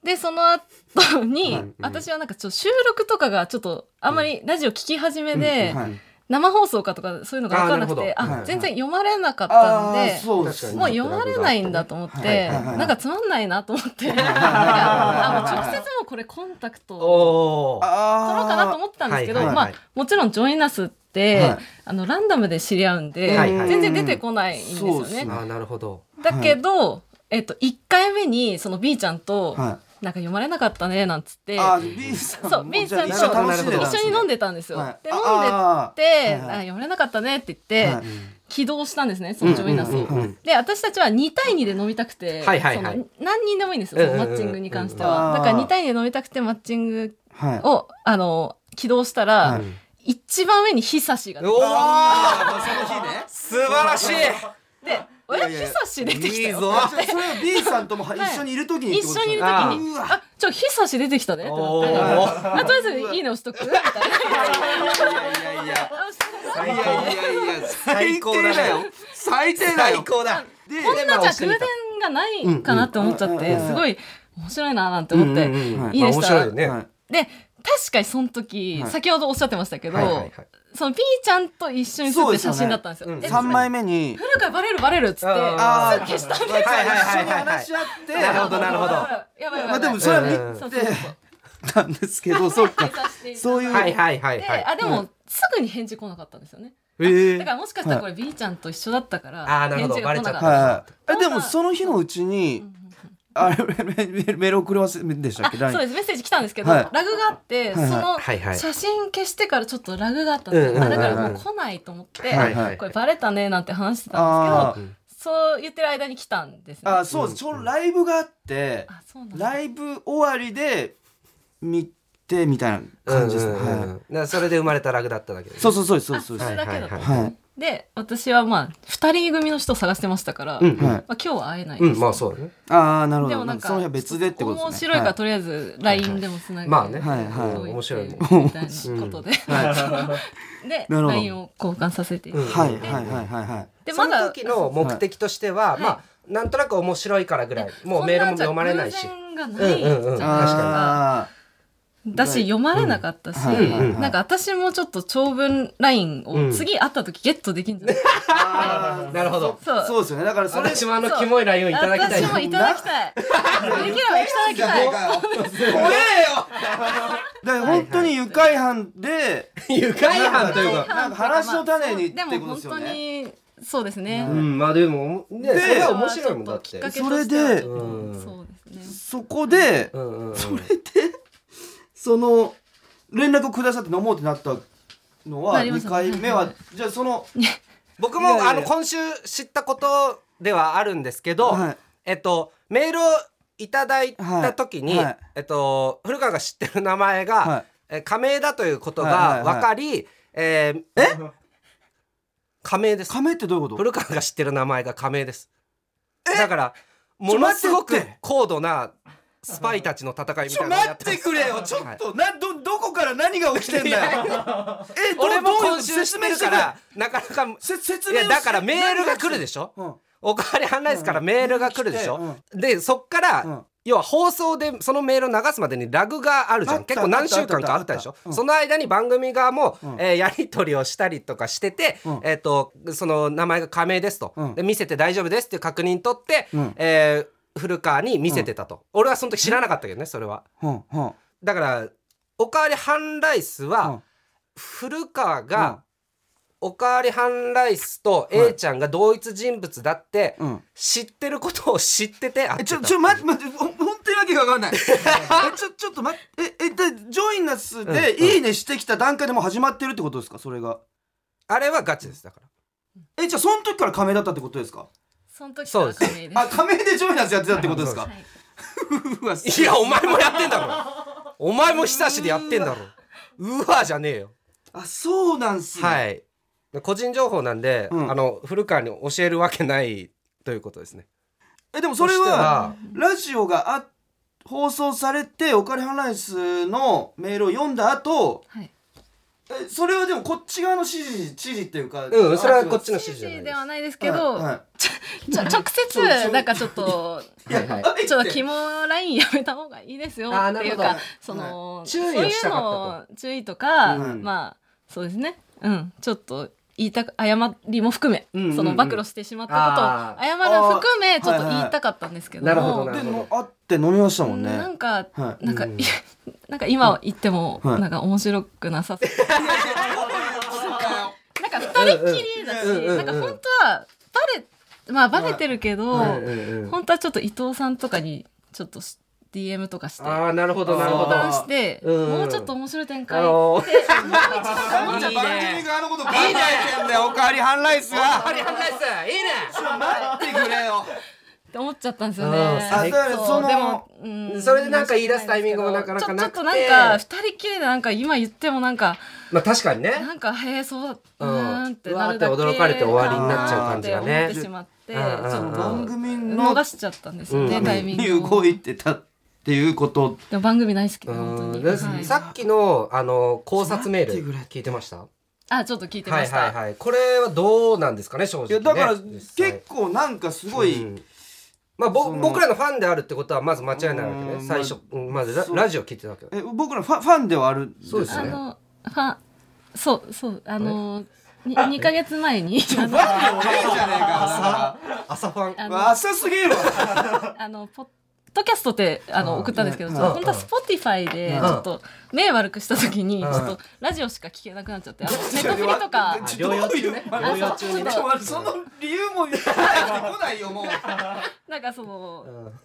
Speaker 3: でその後に、
Speaker 1: はいうん
Speaker 3: 私はなんかちょっと収録とかがちょっとあんまりラジオ聞き始めで、
Speaker 2: はい
Speaker 3: 生放送かとかそういうのが分からなくて
Speaker 1: あ
Speaker 3: あ
Speaker 1: なるほど
Speaker 2: はい
Speaker 3: 全然読まれなかったん
Speaker 2: あ
Speaker 3: で
Speaker 2: あそうです
Speaker 1: 確か
Speaker 3: もう
Speaker 1: に
Speaker 3: 読まれないんだと思って、
Speaker 2: はいはいはい
Speaker 3: なんかつまんないなと思って、なん
Speaker 2: はい
Speaker 3: かあもう直接もうこれコンタク
Speaker 1: お
Speaker 3: ト
Speaker 1: お
Speaker 2: あ
Speaker 3: 取ろうかなと思ってたんですけど、
Speaker 1: はい
Speaker 2: はいは
Speaker 3: まあ、もちろんジョイナスって、
Speaker 2: はい
Speaker 3: あのランダムで知り合うんで、
Speaker 1: はいはい
Speaker 3: 全然出てこないんです
Speaker 2: そ
Speaker 3: よ
Speaker 2: うです
Speaker 3: ね。
Speaker 2: ね
Speaker 1: あーなるほど
Speaker 3: だけど、えっと、1回目にその B ちゃんと、
Speaker 2: は
Speaker 3: なんか読まれなかったねなんつって
Speaker 2: いあー B さん
Speaker 3: そう B さんと
Speaker 2: じゃあ一緒に楽しんでた
Speaker 3: 一緒に飲ん
Speaker 2: で
Speaker 3: でたんですよ。
Speaker 2: はい
Speaker 3: で
Speaker 2: あ
Speaker 3: 飲んで
Speaker 2: あ
Speaker 3: って、
Speaker 2: はいはい
Speaker 3: あ読まれなかったねって言って、
Speaker 2: はい
Speaker 3: 起動したんですねそのジョイナスを。
Speaker 1: うんうんうんうん
Speaker 3: で私たちは2対2で飲みたくて、
Speaker 1: はいはいはい
Speaker 3: その何人でもいいんです
Speaker 1: うん
Speaker 3: よ、
Speaker 1: うんうん
Speaker 3: そのマッチングに関して
Speaker 2: うんうん
Speaker 3: は。
Speaker 2: あー
Speaker 3: だから2対2で飲みたくてマッチング
Speaker 2: はい
Speaker 3: をあの起動したら、
Speaker 2: はい
Speaker 3: 一番上にひさしが出て
Speaker 1: お
Speaker 2: あーその日ね
Speaker 1: 素晴らしい
Speaker 3: で「
Speaker 2: いやい
Speaker 3: え
Speaker 2: や
Speaker 3: ひさし出てきた
Speaker 1: いい
Speaker 3: よ」
Speaker 1: ぞ
Speaker 2: あじゃあそれは B さんとも一緒にいる時にって
Speaker 3: 一
Speaker 2: こと
Speaker 3: 緒
Speaker 2: で
Speaker 3: に
Speaker 2: す
Speaker 3: いる
Speaker 2: か
Speaker 3: 時に
Speaker 1: あ
Speaker 2: ー
Speaker 3: 「あちょひさし出てきたね」ってなっ
Speaker 1: お
Speaker 3: て
Speaker 1: ー
Speaker 3: 「まあとりあえずいいね押し とく」みたいな。
Speaker 2: いやいやいや
Speaker 1: いやいやいや
Speaker 2: 最
Speaker 1: 最
Speaker 2: 高
Speaker 1: 高
Speaker 2: だ
Speaker 1: だ
Speaker 2: よ
Speaker 1: よ
Speaker 2: 最低だよ
Speaker 1: 最高だ
Speaker 2: で
Speaker 3: こんなじ
Speaker 1: で
Speaker 3: ゃ偶然がないかなって思っちゃっ
Speaker 2: うん
Speaker 3: て
Speaker 2: うん
Speaker 3: すごい面白いななんて思って、
Speaker 1: うんうんうん
Speaker 2: はい
Speaker 3: いい
Speaker 1: まあ
Speaker 3: でし
Speaker 1: 面
Speaker 3: た
Speaker 1: 白いよね、
Speaker 2: はい
Speaker 3: で確かにその時、
Speaker 2: はい
Speaker 3: 先ほどおっしゃってましたけど、
Speaker 1: はいはいはい
Speaker 3: その P ちゃんと一緒に写ってる写真だったんですよ。
Speaker 1: そうで
Speaker 3: え
Speaker 1: すよ
Speaker 2: 三枚目に
Speaker 3: 古川バレるバレるっつって
Speaker 1: あ
Speaker 3: すぐ消したんですよ。
Speaker 1: はいはいはい
Speaker 2: 一緒に話し合って
Speaker 1: なるほどなるほど
Speaker 3: やばいやばいやばい。
Speaker 2: まあでもそれは
Speaker 1: うん
Speaker 2: 見てたんです けどそっかそういう
Speaker 1: はいはいはい
Speaker 3: で、
Speaker 1: はい
Speaker 3: あで
Speaker 2: は
Speaker 3: もすぐに返事来なかったんですよね。
Speaker 1: えー
Speaker 3: だからもしかしたらこれ B ちゃんと一緒だったから
Speaker 1: あーなる
Speaker 3: 返
Speaker 1: ほど
Speaker 3: 事が来
Speaker 1: バレ
Speaker 3: なかっ
Speaker 1: ちゃ
Speaker 3: た。
Speaker 2: はいえでもその日のうちにあれメメメール送れませんでした
Speaker 3: あ
Speaker 2: っけ LINE
Speaker 3: そうですメッセージ来たんですけど、
Speaker 2: はい
Speaker 3: ラグがあって、
Speaker 2: はい
Speaker 1: はいはい
Speaker 3: その写真消してからちょっとラグがあったんですよ、
Speaker 1: うんうんうん
Speaker 3: あだからもう来ないと思って、
Speaker 2: はい
Speaker 1: はい
Speaker 3: これバレたねなんて話してたん
Speaker 2: あ
Speaker 3: ですけどそう言ってる間に来たんですね
Speaker 2: あそうですちょうどライブがあって
Speaker 3: あそうなんだ
Speaker 2: ライブ終わりで見てみたいな感じですね
Speaker 1: うんうんうん
Speaker 2: は
Speaker 1: だからそれで生まれたラグだっただけで
Speaker 2: いそうそうそうですそうですそうで
Speaker 3: あ
Speaker 2: す
Speaker 3: それだけだった、
Speaker 1: はい
Speaker 2: はい
Speaker 3: で私はまあ2人組の人を探してましたから、
Speaker 1: うんうん、
Speaker 2: はい
Speaker 3: まあ、今日は会えない
Speaker 1: うん
Speaker 3: です、
Speaker 1: まあそうだね
Speaker 2: ああなるほ
Speaker 3: で
Speaker 2: ど
Speaker 3: もなんか
Speaker 2: その日は別でってこと
Speaker 3: 面
Speaker 2: ですね
Speaker 3: 白いからとりあえず LINE でもつなげて、
Speaker 1: まあね、
Speaker 2: はいはい
Speaker 1: うん面白いね
Speaker 3: みたいなことで、 で
Speaker 2: なるほど
Speaker 3: LINE を交換させていただいて、
Speaker 2: はいはいはいはいはい
Speaker 3: で
Speaker 1: そ
Speaker 3: ま
Speaker 1: の
Speaker 3: だ
Speaker 1: 時の目的としては、
Speaker 3: い
Speaker 1: まあなんとなく面白いからぐらいもうメールも読まれないし
Speaker 3: こんなんじゃ偶然がな
Speaker 1: うん
Speaker 3: いじゃないです
Speaker 1: うんうん確
Speaker 3: か。
Speaker 2: あ
Speaker 3: だし読まれなかったし、
Speaker 2: うんはい
Speaker 1: はいはい
Speaker 3: なんか私もちょっと長文ライン
Speaker 1: う
Speaker 3: を
Speaker 1: ん
Speaker 3: 次会った時ゲットできんじゃない、
Speaker 2: ーあー
Speaker 1: なるほど
Speaker 3: そう
Speaker 2: そうですよねだからそれ
Speaker 1: 私もあのキモいラインをいただきたい
Speaker 3: 私もいただきたい。できればいただきたい。
Speaker 1: 怖え
Speaker 2: で本当に愉快犯で
Speaker 1: よ愉快犯という
Speaker 2: なん
Speaker 1: か
Speaker 2: か話の種に
Speaker 3: で
Speaker 2: って
Speaker 3: も
Speaker 2: ことで
Speaker 3: 本
Speaker 2: すよ
Speaker 3: 当
Speaker 2: ね
Speaker 3: にそうですね。
Speaker 1: うんまあでもねそ
Speaker 2: で
Speaker 1: れは面白いもんだっ
Speaker 3: きってかけ
Speaker 2: そ
Speaker 3: と
Speaker 2: れ
Speaker 3: し
Speaker 2: で
Speaker 3: ては
Speaker 1: うん
Speaker 3: そうですね。
Speaker 2: そこで
Speaker 1: うんうんうん
Speaker 2: その連絡をくださって飲もうってなったのは
Speaker 3: なりま
Speaker 2: 2
Speaker 3: した
Speaker 2: 回目はじゃあその
Speaker 1: 僕
Speaker 2: いやい
Speaker 1: も
Speaker 2: や
Speaker 1: あの今週知ったことではあるんですけど
Speaker 2: はい
Speaker 1: えっとメールをいただいた時に
Speaker 2: はいはい
Speaker 1: えっと古川が知ってる名前
Speaker 2: は
Speaker 1: がえ仮名だということ
Speaker 2: はい
Speaker 1: が
Speaker 2: はいはい
Speaker 1: 分かりえー仮名です
Speaker 2: 仮名ってどういうこと
Speaker 1: 古川が知ってる名前が仮名ですだからものすご
Speaker 2: ちょ
Speaker 1: く
Speaker 2: 待って
Speaker 1: 高度なスパイたちの戦いみ
Speaker 2: ち
Speaker 1: た
Speaker 2: ょ
Speaker 1: いなのを
Speaker 2: 待
Speaker 1: や
Speaker 2: っ
Speaker 1: ってま
Speaker 2: て
Speaker 1: す
Speaker 2: くれよちょ
Speaker 1: は
Speaker 2: っ
Speaker 1: い
Speaker 2: となどどこから何が起きてんだよえど
Speaker 1: 俺も
Speaker 2: どういう
Speaker 1: 今週知ってるからなかなか
Speaker 2: せ説
Speaker 1: い
Speaker 2: 明を
Speaker 1: やだからメールが来るでしょ
Speaker 2: うん
Speaker 1: おかわり半ライスからメールが来るでしょ、でそっか
Speaker 2: う
Speaker 1: ら
Speaker 2: ん
Speaker 1: 要は放送でそのメールを流すまでにラグがあるじゃ
Speaker 2: あ
Speaker 1: ん
Speaker 2: った
Speaker 1: 結構何週間かあったでし
Speaker 2: あっ
Speaker 1: ょ
Speaker 2: たあった
Speaker 1: その間に番組側も
Speaker 2: うん
Speaker 1: えーやり取りをしたりとかしてて
Speaker 2: うん
Speaker 1: えっとその名前が仮名ですと
Speaker 2: うん
Speaker 1: で見せて大丈夫ですっていう確認取って
Speaker 2: うん
Speaker 1: えー古川に見せてたと俺はその時知らなかったけどねそれは
Speaker 2: うんうん
Speaker 1: だからおかわり半ライス
Speaker 2: う
Speaker 1: は
Speaker 2: ん
Speaker 1: 古川がおかわり半ライスと A ちゃんが同一人物だって
Speaker 2: うんうん
Speaker 1: 知ってることを知ってて会っ
Speaker 2: え
Speaker 1: て
Speaker 2: ち
Speaker 1: た
Speaker 2: ょちょ待って待ってほん本当にわけがわかんない えちょちょっと待ってええでジョイナスで
Speaker 1: うんうん
Speaker 2: いいねしてきた段階でもう始まってるってことですかそれが
Speaker 1: あれはガチですだから
Speaker 2: えじゃあその時から仮名だったってことですか
Speaker 3: その時から仮名です。
Speaker 2: あ仮名でジョイナスやってたってことです
Speaker 3: は
Speaker 2: か
Speaker 3: い、
Speaker 2: うわ
Speaker 1: いやお前もやってんだろお前も久しでやってんだろうわじゃねえよ
Speaker 2: あそうなんすね
Speaker 1: はい個人情報なんで、
Speaker 2: うん
Speaker 1: あの古川に教えるわけないということですね
Speaker 2: えでもそれ
Speaker 1: そした
Speaker 2: は
Speaker 1: ら
Speaker 2: ラジオがあっ放送されてオカリハンライスのメールを読んだ後
Speaker 3: はい。
Speaker 2: えそれはでもこっち側の指示指示っていうか
Speaker 1: うんそれはこっちの指示
Speaker 3: 指
Speaker 1: じゃないで
Speaker 3: 示ですはないですけど、
Speaker 2: はいは
Speaker 3: ちょ直接なんかちょっ と。
Speaker 2: いいや
Speaker 1: はいはい
Speaker 2: あえ
Speaker 3: ちょっと
Speaker 2: って
Speaker 3: 肝ラインやめた方がいいですよ
Speaker 1: あー
Speaker 3: っ
Speaker 1: な
Speaker 3: て
Speaker 1: る
Speaker 3: い
Speaker 1: ほ
Speaker 3: う
Speaker 1: ど
Speaker 3: かその、
Speaker 1: い
Speaker 3: そ
Speaker 1: 注
Speaker 3: うい
Speaker 1: 意をし
Speaker 3: う
Speaker 1: たかったと
Speaker 3: の注意とか、
Speaker 2: うん
Speaker 3: まあそうですねうんちょっと言いたく謝りも含め、
Speaker 1: うんうんうん
Speaker 3: その暴露してしまった
Speaker 1: あ
Speaker 3: こと
Speaker 1: ー
Speaker 3: を謝る含
Speaker 2: あー
Speaker 3: めちょっ
Speaker 2: は
Speaker 3: と
Speaker 2: いはい
Speaker 3: 言いたかったんですけども、
Speaker 1: なるほどなる
Speaker 2: での会って飲みましたもんね
Speaker 3: なんか、
Speaker 2: は
Speaker 3: なんか、
Speaker 1: うん
Speaker 3: なんか今言っても、
Speaker 2: はい
Speaker 3: なんか面白くなさそうなんか二人っきりだし、
Speaker 1: うんうんうん
Speaker 3: なんか本当はバレまあバレてるけど、
Speaker 2: はい
Speaker 1: うんうんうん
Speaker 3: 本当はちょっと伊藤さんとかにちょっとし DM とかして
Speaker 1: ああなるほどなるほ
Speaker 3: 相
Speaker 1: ど。
Speaker 3: 談して、
Speaker 1: うん
Speaker 3: もうちょっと面白い展開
Speaker 1: あ
Speaker 3: って、もう
Speaker 1: のー
Speaker 2: い番
Speaker 3: ちょっと
Speaker 2: 組側のこと考えてんだよおかわりハンライスが
Speaker 1: リハンライスいいね。
Speaker 2: 待ってくれよ
Speaker 3: って思っちゃったんですよ
Speaker 1: うん
Speaker 3: ね。
Speaker 1: あだ
Speaker 2: から
Speaker 3: そう
Speaker 2: その
Speaker 3: でも、うん
Speaker 1: それでなんか言い出すタイミングもなかなかなくて
Speaker 3: ちょちょっとなんか二人きりでなんか今言ってもなんか
Speaker 1: まあ確かにね。
Speaker 3: なんかへえそうだ
Speaker 1: う
Speaker 3: うんーんってなるだけ
Speaker 1: うわーって驚かれて終わりにな
Speaker 2: っちゃう
Speaker 1: 感じがね
Speaker 3: って思ってしまって、
Speaker 1: うんうん
Speaker 3: ちょっと
Speaker 2: 番組の
Speaker 3: 逃しちゃったんですよね、
Speaker 1: うん
Speaker 3: タイミ ン
Speaker 2: に
Speaker 3: グを
Speaker 2: 動。いてたっていうこと
Speaker 3: でも番組大好
Speaker 1: う
Speaker 3: きで本当
Speaker 1: ん
Speaker 3: に、
Speaker 1: で
Speaker 3: はい
Speaker 1: さっきのあの考察メール聞いてました。は
Speaker 3: あちょっと聞い
Speaker 1: い
Speaker 3: てま
Speaker 1: はい
Speaker 3: した。
Speaker 1: はい。これはどうなんですかね正直
Speaker 2: い
Speaker 1: ね。
Speaker 2: やだから
Speaker 1: 実際
Speaker 2: 結構なんかすご
Speaker 1: う
Speaker 2: い
Speaker 1: んまあ、ぼ
Speaker 2: その
Speaker 1: 僕らのファンであるってことはまず間違いないわけ
Speaker 2: う
Speaker 1: ね
Speaker 2: ん
Speaker 1: 最初うんまずラ
Speaker 2: そう
Speaker 1: ラジオ聞いてたわけだ
Speaker 2: え僕らファファンではあるんです
Speaker 1: そうです
Speaker 3: あ
Speaker 1: ね
Speaker 3: のファンそうそうあのに二ヶ月 前にあの
Speaker 2: ファンでもねえじゃねえか
Speaker 1: 朝ファン
Speaker 3: あ
Speaker 2: なんか
Speaker 3: の
Speaker 2: 浅すぎるわ
Speaker 3: あのポッドキャストってあ
Speaker 1: う
Speaker 3: の
Speaker 1: ん
Speaker 3: 送ったんですけど、
Speaker 2: うん
Speaker 3: ちょっと本当は Spotify で
Speaker 1: うん
Speaker 3: ちょっと目悪くした時にち
Speaker 1: う
Speaker 3: ょ
Speaker 1: ん
Speaker 3: っとラジオしか聞けなくなっちゃって、あのネットフリとか
Speaker 1: ちょ
Speaker 2: どういう
Speaker 1: 療養中にね
Speaker 2: ちょっと待ってその理由も言ってこないよもう
Speaker 3: なんかその
Speaker 1: うん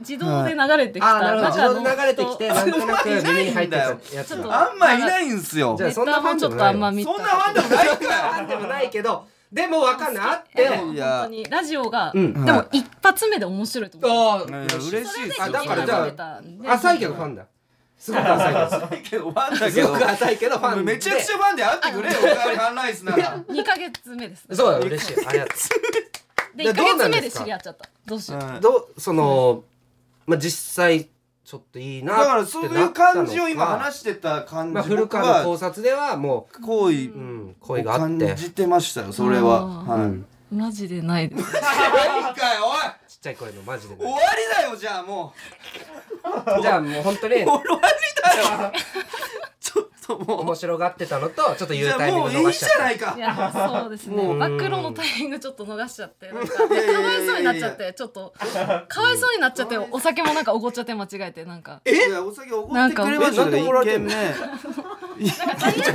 Speaker 3: 自動で流れてき
Speaker 1: あ
Speaker 3: た
Speaker 1: あなるほど
Speaker 3: 中の
Speaker 1: 自動で流れてきてなんとなく耳に入ってたやつ
Speaker 3: ちょっと
Speaker 2: あんまいないんすよ
Speaker 1: じ
Speaker 2: そ
Speaker 1: ゃ
Speaker 2: ん
Speaker 1: あ
Speaker 3: ネ
Speaker 1: そんなフ
Speaker 3: タ
Speaker 1: ァン
Speaker 3: も
Speaker 1: で
Speaker 3: ち
Speaker 1: も
Speaker 3: ょっ
Speaker 1: な
Speaker 3: と
Speaker 1: い
Speaker 3: あん
Speaker 2: な
Speaker 3: ま見た
Speaker 2: ファンでもないか
Speaker 1: ファンでもないけどでもわかんないあっ
Speaker 3: い
Speaker 1: て
Speaker 3: や本
Speaker 2: いや
Speaker 3: 当にラジオが、
Speaker 1: うん
Speaker 3: でも一発目で面白いと思っ
Speaker 1: あ
Speaker 2: らいや
Speaker 1: ー
Speaker 2: 嬉しいっす
Speaker 1: あ
Speaker 2: よ
Speaker 1: だからじ
Speaker 3: 聞き
Speaker 1: ゃ
Speaker 3: 始めたんで
Speaker 1: あ浅いけどファンだすごく浅いけ
Speaker 2: 浅いけどファンだ
Speaker 1: ど
Speaker 2: け
Speaker 1: す
Speaker 2: ど
Speaker 1: ごく浅いけどファン
Speaker 2: めちゃくち
Speaker 1: ゃ
Speaker 2: ゃファンで会ってくれよおかわりハンライスなら
Speaker 3: 2ヶ月目です、ね、
Speaker 1: そうだよ嬉しいありがと
Speaker 3: で
Speaker 1: で
Speaker 3: 1ヶ
Speaker 1: どうな
Speaker 3: 月
Speaker 1: ん
Speaker 3: 目
Speaker 1: で
Speaker 3: です
Speaker 1: か
Speaker 3: 知り合っちゃったどうしよう、
Speaker 1: うどうそのまあ実際ちょっといいな
Speaker 2: だ
Speaker 1: って
Speaker 2: からそういう感じを今
Speaker 1: し
Speaker 2: 話してた感じ
Speaker 1: まあ古
Speaker 2: 僕
Speaker 1: 川の考
Speaker 2: は
Speaker 1: 察ではも
Speaker 2: 好
Speaker 1: う
Speaker 2: 意
Speaker 1: うん
Speaker 2: を
Speaker 1: 声があっ
Speaker 2: 感
Speaker 1: て
Speaker 2: じてましたよそれは
Speaker 3: うん
Speaker 2: はい
Speaker 1: うん
Speaker 3: マジでないです
Speaker 2: 何かよ
Speaker 1: ちっちゃい声のマジで
Speaker 2: おい終わりだよじゃあも
Speaker 1: じゃあもう本当に
Speaker 2: う終わりだよ ちょっとも
Speaker 1: 面
Speaker 2: う
Speaker 1: 白がってたのとちょっと
Speaker 2: じ
Speaker 1: 言う
Speaker 2: ゃ
Speaker 1: タ
Speaker 2: あ
Speaker 1: イミ
Speaker 2: も
Speaker 1: ン
Speaker 2: う
Speaker 1: グ
Speaker 2: い
Speaker 1: 逃
Speaker 2: い
Speaker 1: し
Speaker 2: じ
Speaker 1: ちゃ
Speaker 2: ゃないか
Speaker 3: いやそうですね
Speaker 1: うん
Speaker 3: 暴露のタイミングちょっと逃しちゃってなんかか
Speaker 2: いやいやいやいや
Speaker 3: わいそうになっちゃってちょっとかわいそうになっち ゃってお酒もなんかおごっちゃって間違えてなんか
Speaker 2: えお酒おごってくれました
Speaker 1: なんかえなんでもらってんの
Speaker 2: 一軒目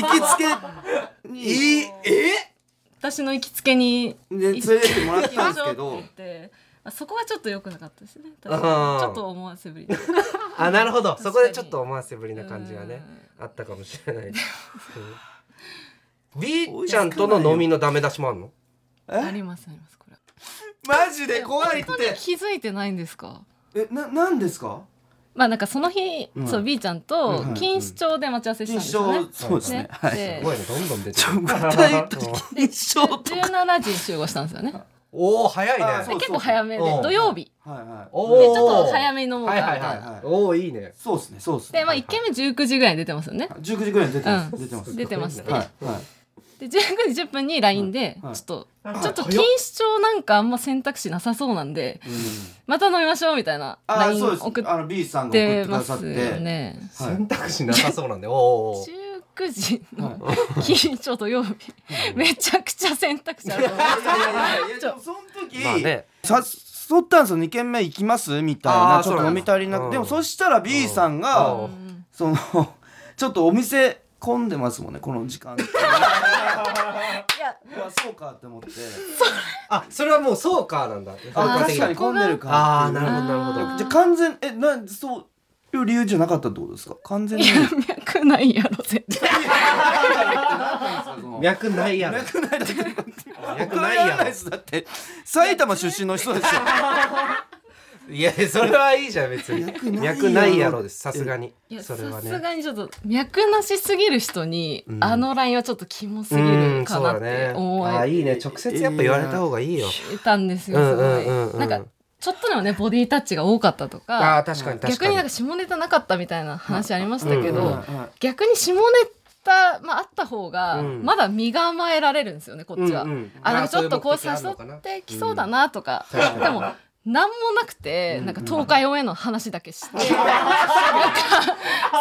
Speaker 2: 行きつけに
Speaker 3: いい
Speaker 2: え
Speaker 3: 私の行きつけに
Speaker 2: で連れてってもらっ
Speaker 3: 行き
Speaker 2: たん
Speaker 3: ま
Speaker 2: で
Speaker 3: し
Speaker 2: す
Speaker 3: ょう
Speaker 2: けど
Speaker 3: って言ってあそこはちょっと良くなかったですね確
Speaker 1: あ
Speaker 3: か
Speaker 1: ー
Speaker 3: にちょっと思わせぶりな
Speaker 1: あなるほどそこでちょっと思わせぶりな感じがねあったかもしれ ないうん B ちゃんとの飲みのダメ出しもあるの
Speaker 3: ありますありますこれ
Speaker 2: マジで怖いっ
Speaker 3: 本当に
Speaker 2: て
Speaker 3: 気づいてないんですか
Speaker 2: えななんですか
Speaker 3: まあなんかその日、
Speaker 2: うん
Speaker 3: そう B ちゃん
Speaker 1: う
Speaker 3: と
Speaker 1: ん
Speaker 3: 錦糸町で待ち合わせしたん
Speaker 2: 金
Speaker 3: です
Speaker 2: 賞
Speaker 3: よね、
Speaker 2: そうですね
Speaker 3: ね
Speaker 2: はい
Speaker 1: す
Speaker 3: で
Speaker 1: ごいねどんどん出て
Speaker 2: ち
Speaker 1: く
Speaker 2: ょ
Speaker 1: る
Speaker 2: 歌いと金賞とか
Speaker 3: 17時に集合したんですよね
Speaker 1: おお早いね
Speaker 2: あそう
Speaker 3: で結構早めで
Speaker 1: うん
Speaker 3: 土曜日
Speaker 2: はいはい
Speaker 1: おー
Speaker 3: でちょっと早めに飲もうか
Speaker 1: はい
Speaker 3: みた
Speaker 1: はい
Speaker 3: いな、
Speaker 1: はい
Speaker 2: はい
Speaker 1: おおいいね
Speaker 2: そうですねそうですね
Speaker 3: で、まあ、1軒目19時ぐらいに出てますよね
Speaker 2: 19時ぐらいに出てます、
Speaker 3: うん
Speaker 2: 出てます
Speaker 3: 出てまして、
Speaker 1: は
Speaker 2: はいはい
Speaker 3: で19時10分に LINE で、
Speaker 2: はい
Speaker 3: ちょっと、
Speaker 1: はい
Speaker 3: ちょっと錦糸町なんかあんま選択肢なさそうなんでまた飲みましょうみたいな
Speaker 2: あー
Speaker 3: LINE
Speaker 2: そうです
Speaker 3: 送っ
Speaker 2: あの B さんが送って
Speaker 3: て
Speaker 2: くだ
Speaker 3: ま
Speaker 2: さっ
Speaker 3: す
Speaker 2: て、
Speaker 3: よね
Speaker 2: はい
Speaker 1: 選択肢なさそうなんでおー おー
Speaker 3: 19時の
Speaker 2: は
Speaker 3: 錦糸町土曜日めちゃくちゃ選択肢あると思う
Speaker 2: い、い やいやいやでもその時、
Speaker 1: まあね
Speaker 2: 誘ったんですよ2軒目行きますみたい
Speaker 1: あー
Speaker 2: なちょっ
Speaker 1: そう
Speaker 2: と
Speaker 1: な
Speaker 2: 飲
Speaker 1: んだ
Speaker 2: み足りなく
Speaker 1: うん
Speaker 2: てでもそしたら B さん
Speaker 1: うん
Speaker 2: が
Speaker 1: うん
Speaker 2: そのちょっとお店混んでますもんねこの時 間
Speaker 3: いや
Speaker 2: あそうかって思って
Speaker 1: あそれはもうそうかなんだ
Speaker 2: あ
Speaker 3: あー
Speaker 2: 確かに混んでるか
Speaker 1: ああー
Speaker 2: って
Speaker 1: な
Speaker 2: いう
Speaker 1: るほどなるほど
Speaker 3: あー
Speaker 2: じゃあ完全えなんそういう理由じゃなかったってことですか完 全に
Speaker 3: 脈ないやろ絶対
Speaker 1: 脈ないやろ
Speaker 2: 脈ないだけ
Speaker 1: 脈
Speaker 2: 僕
Speaker 1: な
Speaker 2: ないい
Speaker 1: や
Speaker 2: やつだって埼玉出身の人ですよ
Speaker 1: ろいやそれはいいじゃん別に
Speaker 2: 脈ないやろ
Speaker 1: 脈ないやろですさすがに
Speaker 3: いや
Speaker 1: そ
Speaker 3: さ
Speaker 1: れは
Speaker 3: す
Speaker 1: ね
Speaker 3: がにちょっと脈なしすぎる人に、
Speaker 1: うん
Speaker 3: あのラインはちょっとキモす
Speaker 1: う
Speaker 3: ぎる
Speaker 1: ん
Speaker 3: か
Speaker 1: そう
Speaker 3: な
Speaker 1: だ
Speaker 3: っ
Speaker 1: ね
Speaker 3: て思
Speaker 1: あー
Speaker 3: え
Speaker 1: いいね直接やっぱ言われた方がいいよ
Speaker 3: たんですよ、
Speaker 1: うん
Speaker 3: すごい
Speaker 1: うんうんうん
Speaker 3: なんかちょっとでもねボディタッチが多かったと
Speaker 1: あ
Speaker 3: か
Speaker 1: あ確かに確
Speaker 3: 逆
Speaker 1: か
Speaker 3: に
Speaker 1: に
Speaker 3: なんか下ネタなかったみたいな話ありましたけど、
Speaker 1: うんうん
Speaker 3: 逆に下ネタ、まあ、あった方が
Speaker 1: うん
Speaker 3: まだ身構えられるんですよねこっちは。
Speaker 1: うんうん
Speaker 3: あなんかちょっとこう
Speaker 1: あそういう
Speaker 3: 誘
Speaker 1: 目的あるのかな
Speaker 3: ってきそうだなとか、でも何もなくてなんか東海オンエアの話だけして、 なんか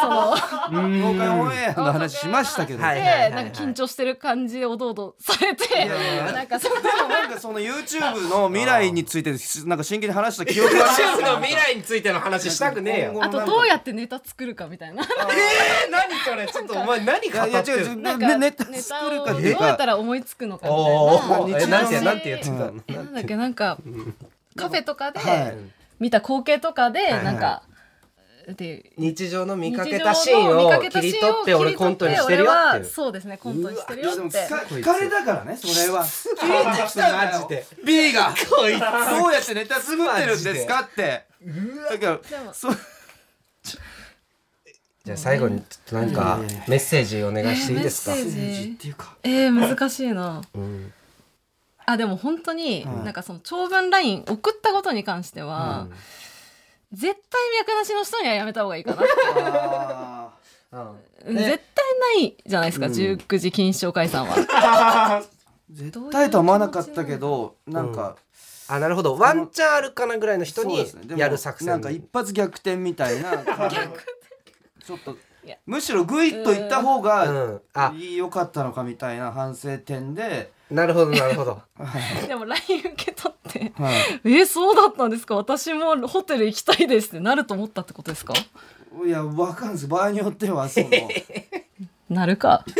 Speaker 3: その
Speaker 2: 東海オンエアの話しましたけど、
Speaker 1: はいはい
Speaker 3: でなんか緊張してる感じでおどおどされて
Speaker 2: やいや
Speaker 3: なんかその
Speaker 2: なんかその YouTube の未来についてなんか真剣に話した記憶があります
Speaker 1: の未来についての話したくねえよ
Speaker 2: 今後
Speaker 3: あとどうやってネタ作るかみたいな
Speaker 1: えー、何それちょっとお前何
Speaker 2: いやいや違う違う
Speaker 3: なん
Speaker 2: ね
Speaker 3: か
Speaker 2: ネ
Speaker 3: ネ
Speaker 2: タ
Speaker 3: タ
Speaker 2: 作る
Speaker 3: を
Speaker 2: か
Speaker 3: ど
Speaker 2: っ
Speaker 3: う
Speaker 2: ていう
Speaker 3: やっ
Speaker 2: か
Speaker 3: たら思いつくのかみたい
Speaker 1: おーおー
Speaker 3: な
Speaker 2: 日常
Speaker 1: えなんて
Speaker 3: の
Speaker 1: なんてやってたの
Speaker 3: えなんだっけなんかカフェとかで
Speaker 2: はい
Speaker 3: 見た光景とかで
Speaker 1: はい
Speaker 3: なんかで
Speaker 1: 日常の見かけたシーンを切り取って俺コントにしてるよっていう
Speaker 3: そうですねコントにしてるよって
Speaker 2: か疲れだからねそれは
Speaker 1: 聞いてきたマジで
Speaker 2: B がどうやってネタ作ってるんですかってだから
Speaker 3: も
Speaker 2: そう
Speaker 1: じゃあ最後にちょっとなんかメッセージお願いしていいですか
Speaker 3: えーメッセージ
Speaker 2: ていうか
Speaker 3: えー、難しいな
Speaker 1: うん
Speaker 3: あでも本当に
Speaker 2: はい
Speaker 3: なんかその長文ライン送ったことに関しては、絶対脈なしの人にはやめた方が いいかなって
Speaker 2: あ
Speaker 1: うん
Speaker 3: うん絶対ないじゃないですか、19時禁止解散は
Speaker 2: ー絶対とは思わなかったけどなんか
Speaker 1: あなるほどワンチャンあるかなぐらいの人
Speaker 2: そうで
Speaker 1: に
Speaker 2: すねでも
Speaker 1: やる作戦
Speaker 2: なんか一発逆転みたいなちょっ と
Speaker 3: いや
Speaker 2: むしろグイッといった方
Speaker 1: う
Speaker 2: が
Speaker 1: んあ
Speaker 2: 良かったのかみたいな反省点で、
Speaker 1: なるほどなるほど
Speaker 3: でも LINE 受け取って
Speaker 2: はい
Speaker 3: 「えそうだったんですか私もホテル行きたいです」ってなると思ったってことですか
Speaker 2: いや、わかんないです。場合によっては、そ の。
Speaker 3: なるか
Speaker 2: ここ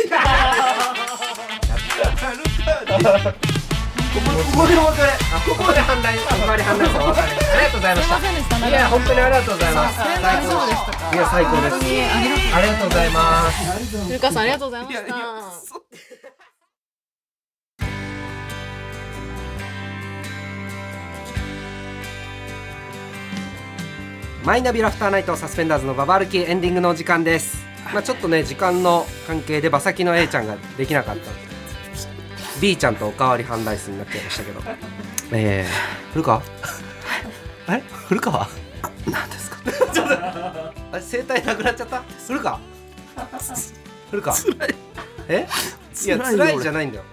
Speaker 2: でお別れ。
Speaker 1: あここで判断あんまり判断さん分かりましたありがとうございまし
Speaker 3: すいませんでした
Speaker 1: たい
Speaker 3: 長
Speaker 1: や
Speaker 3: 々
Speaker 1: 本当にありがとうございます最高でしたいや最高ですありがとうございます
Speaker 3: ルカさんありがとうございま
Speaker 2: いや、
Speaker 3: し
Speaker 2: いや
Speaker 3: た。
Speaker 2: そ
Speaker 1: マイナビラフターナイトサスペンダーズのババ歩きエンディングのお時間です。まあちょっとね時間の関係で馬先の A ちゃんができなかった。B ちゃんとおかわり半ライスになっちゃいましたけど。えー、古川？あれ古川？なんですか？ちょっとあれ声帯なくなっちゃった？古川？古川？え？いや
Speaker 2: 辛いよ
Speaker 1: 辛いじゃないんだよ。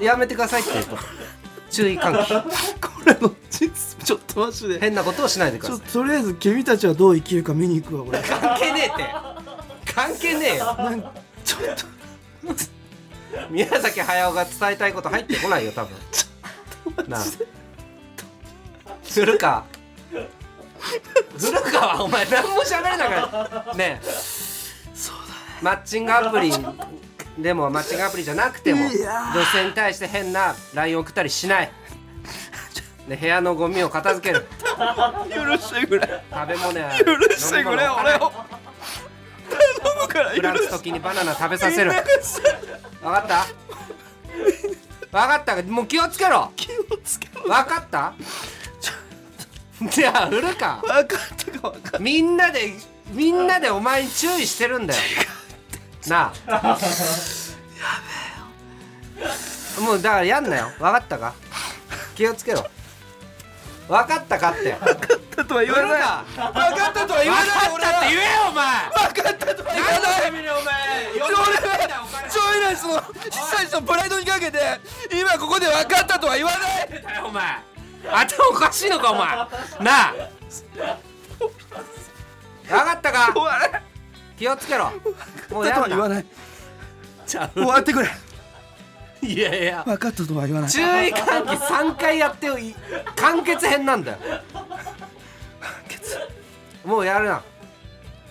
Speaker 1: やめてくださいって言うこと。注意喚起。
Speaker 2: これの、ちちょっとマジで。
Speaker 1: 変なことをしないでくだ
Speaker 2: ち
Speaker 1: さ
Speaker 2: ょ
Speaker 1: い
Speaker 2: っ。と、とりあえず、君たちはどう生きるか見に行くわ、これ。
Speaker 1: 関係ねえって関係ねえよ
Speaker 2: なんかちょっと、
Speaker 1: 宮崎駿が伝えたいこと入ってこないよ多分なあ古川古川お前何も喋れなかったねえマッチングアプリでもマッチングアプリじゃなくても
Speaker 2: いや
Speaker 1: 女性に対して変な LINE 送ったりしないで部屋のゴミを片付ける
Speaker 2: 許してくれ。
Speaker 1: 食べ物や
Speaker 2: 許してくれ、
Speaker 1: 飲み
Speaker 2: 俺
Speaker 1: 物
Speaker 2: を。
Speaker 1: 置かない
Speaker 2: 頼むから、
Speaker 1: ブラン
Speaker 2: 許
Speaker 1: チ
Speaker 2: して。
Speaker 1: 時にバナナ食べさせる分かった分かったもう気をつけろ
Speaker 2: 気をつけろ。
Speaker 1: 分かったじゃあ売るか
Speaker 2: 分かったか、分かっ
Speaker 1: みんなでみんなでお前に注意してるんだよなあやべえもうだからやんなよ分かったか気をつけろ分かったかって分かった
Speaker 2: とは言わない。分かったとは言わない。
Speaker 1: たって言えよお前
Speaker 2: 分かったとは言わない。
Speaker 1: ためにお前
Speaker 2: 俺はちょいないその被災地のプライドにかけて今ここで分かったとは言わない
Speaker 1: だよお前頭おかしいのかお前なあ分かった
Speaker 2: 終
Speaker 1: か
Speaker 2: わら
Speaker 1: 気をつけろもう
Speaker 2: ったと
Speaker 1: や
Speaker 2: は
Speaker 1: ん
Speaker 2: 言わ
Speaker 1: な
Speaker 2: ない
Speaker 1: ちゃう
Speaker 2: 終わってくれ
Speaker 1: いやいや
Speaker 2: 分かったとは言わない
Speaker 1: 注意喚起3回やってよい完結編なんだよもうやるな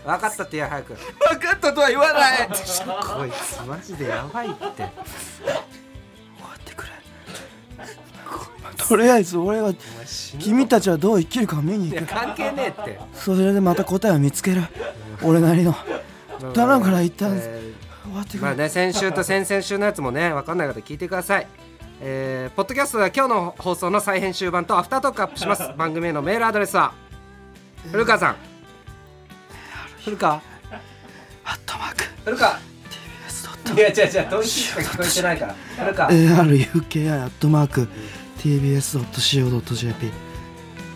Speaker 1: 分かったってや早く
Speaker 2: 分かったとは言わない
Speaker 1: こいつマジでやばいって
Speaker 2: とりあえず俺は
Speaker 1: お前死ぬ
Speaker 2: 君たちはどう生きるかを見に
Speaker 1: い
Speaker 2: 行
Speaker 1: や
Speaker 2: く
Speaker 1: 関係ねえって
Speaker 2: それでまた答えを見つける俺なりの頼むから一旦
Speaker 1: え
Speaker 2: 終わって
Speaker 1: ー
Speaker 2: く
Speaker 1: まあ
Speaker 2: れ
Speaker 1: ね先週と先々週のやつもね分かんない方聞いてくださいえーポッドキャストでは今日の放送の再編集版とアフタートークアップします番組へのメールアドレスは古川さん古川
Speaker 2: アットマーク
Speaker 1: 古川いや違う違うどういう聞こえてないから古川
Speaker 2: ARUKI アットマーク TBS.CO.JP
Speaker 1: そ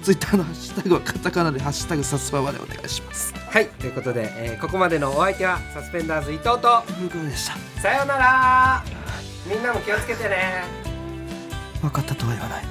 Speaker 1: う
Speaker 2: ツイッターのハッシュタグはカタカナで「ハッシュタグサスパ」までお願いします
Speaker 1: はいということで、えーここまでのお相手はサスペンダーズ伊藤と
Speaker 2: 向こうでした
Speaker 1: さようならみんなも気をつけてね
Speaker 2: 分かったとは言わない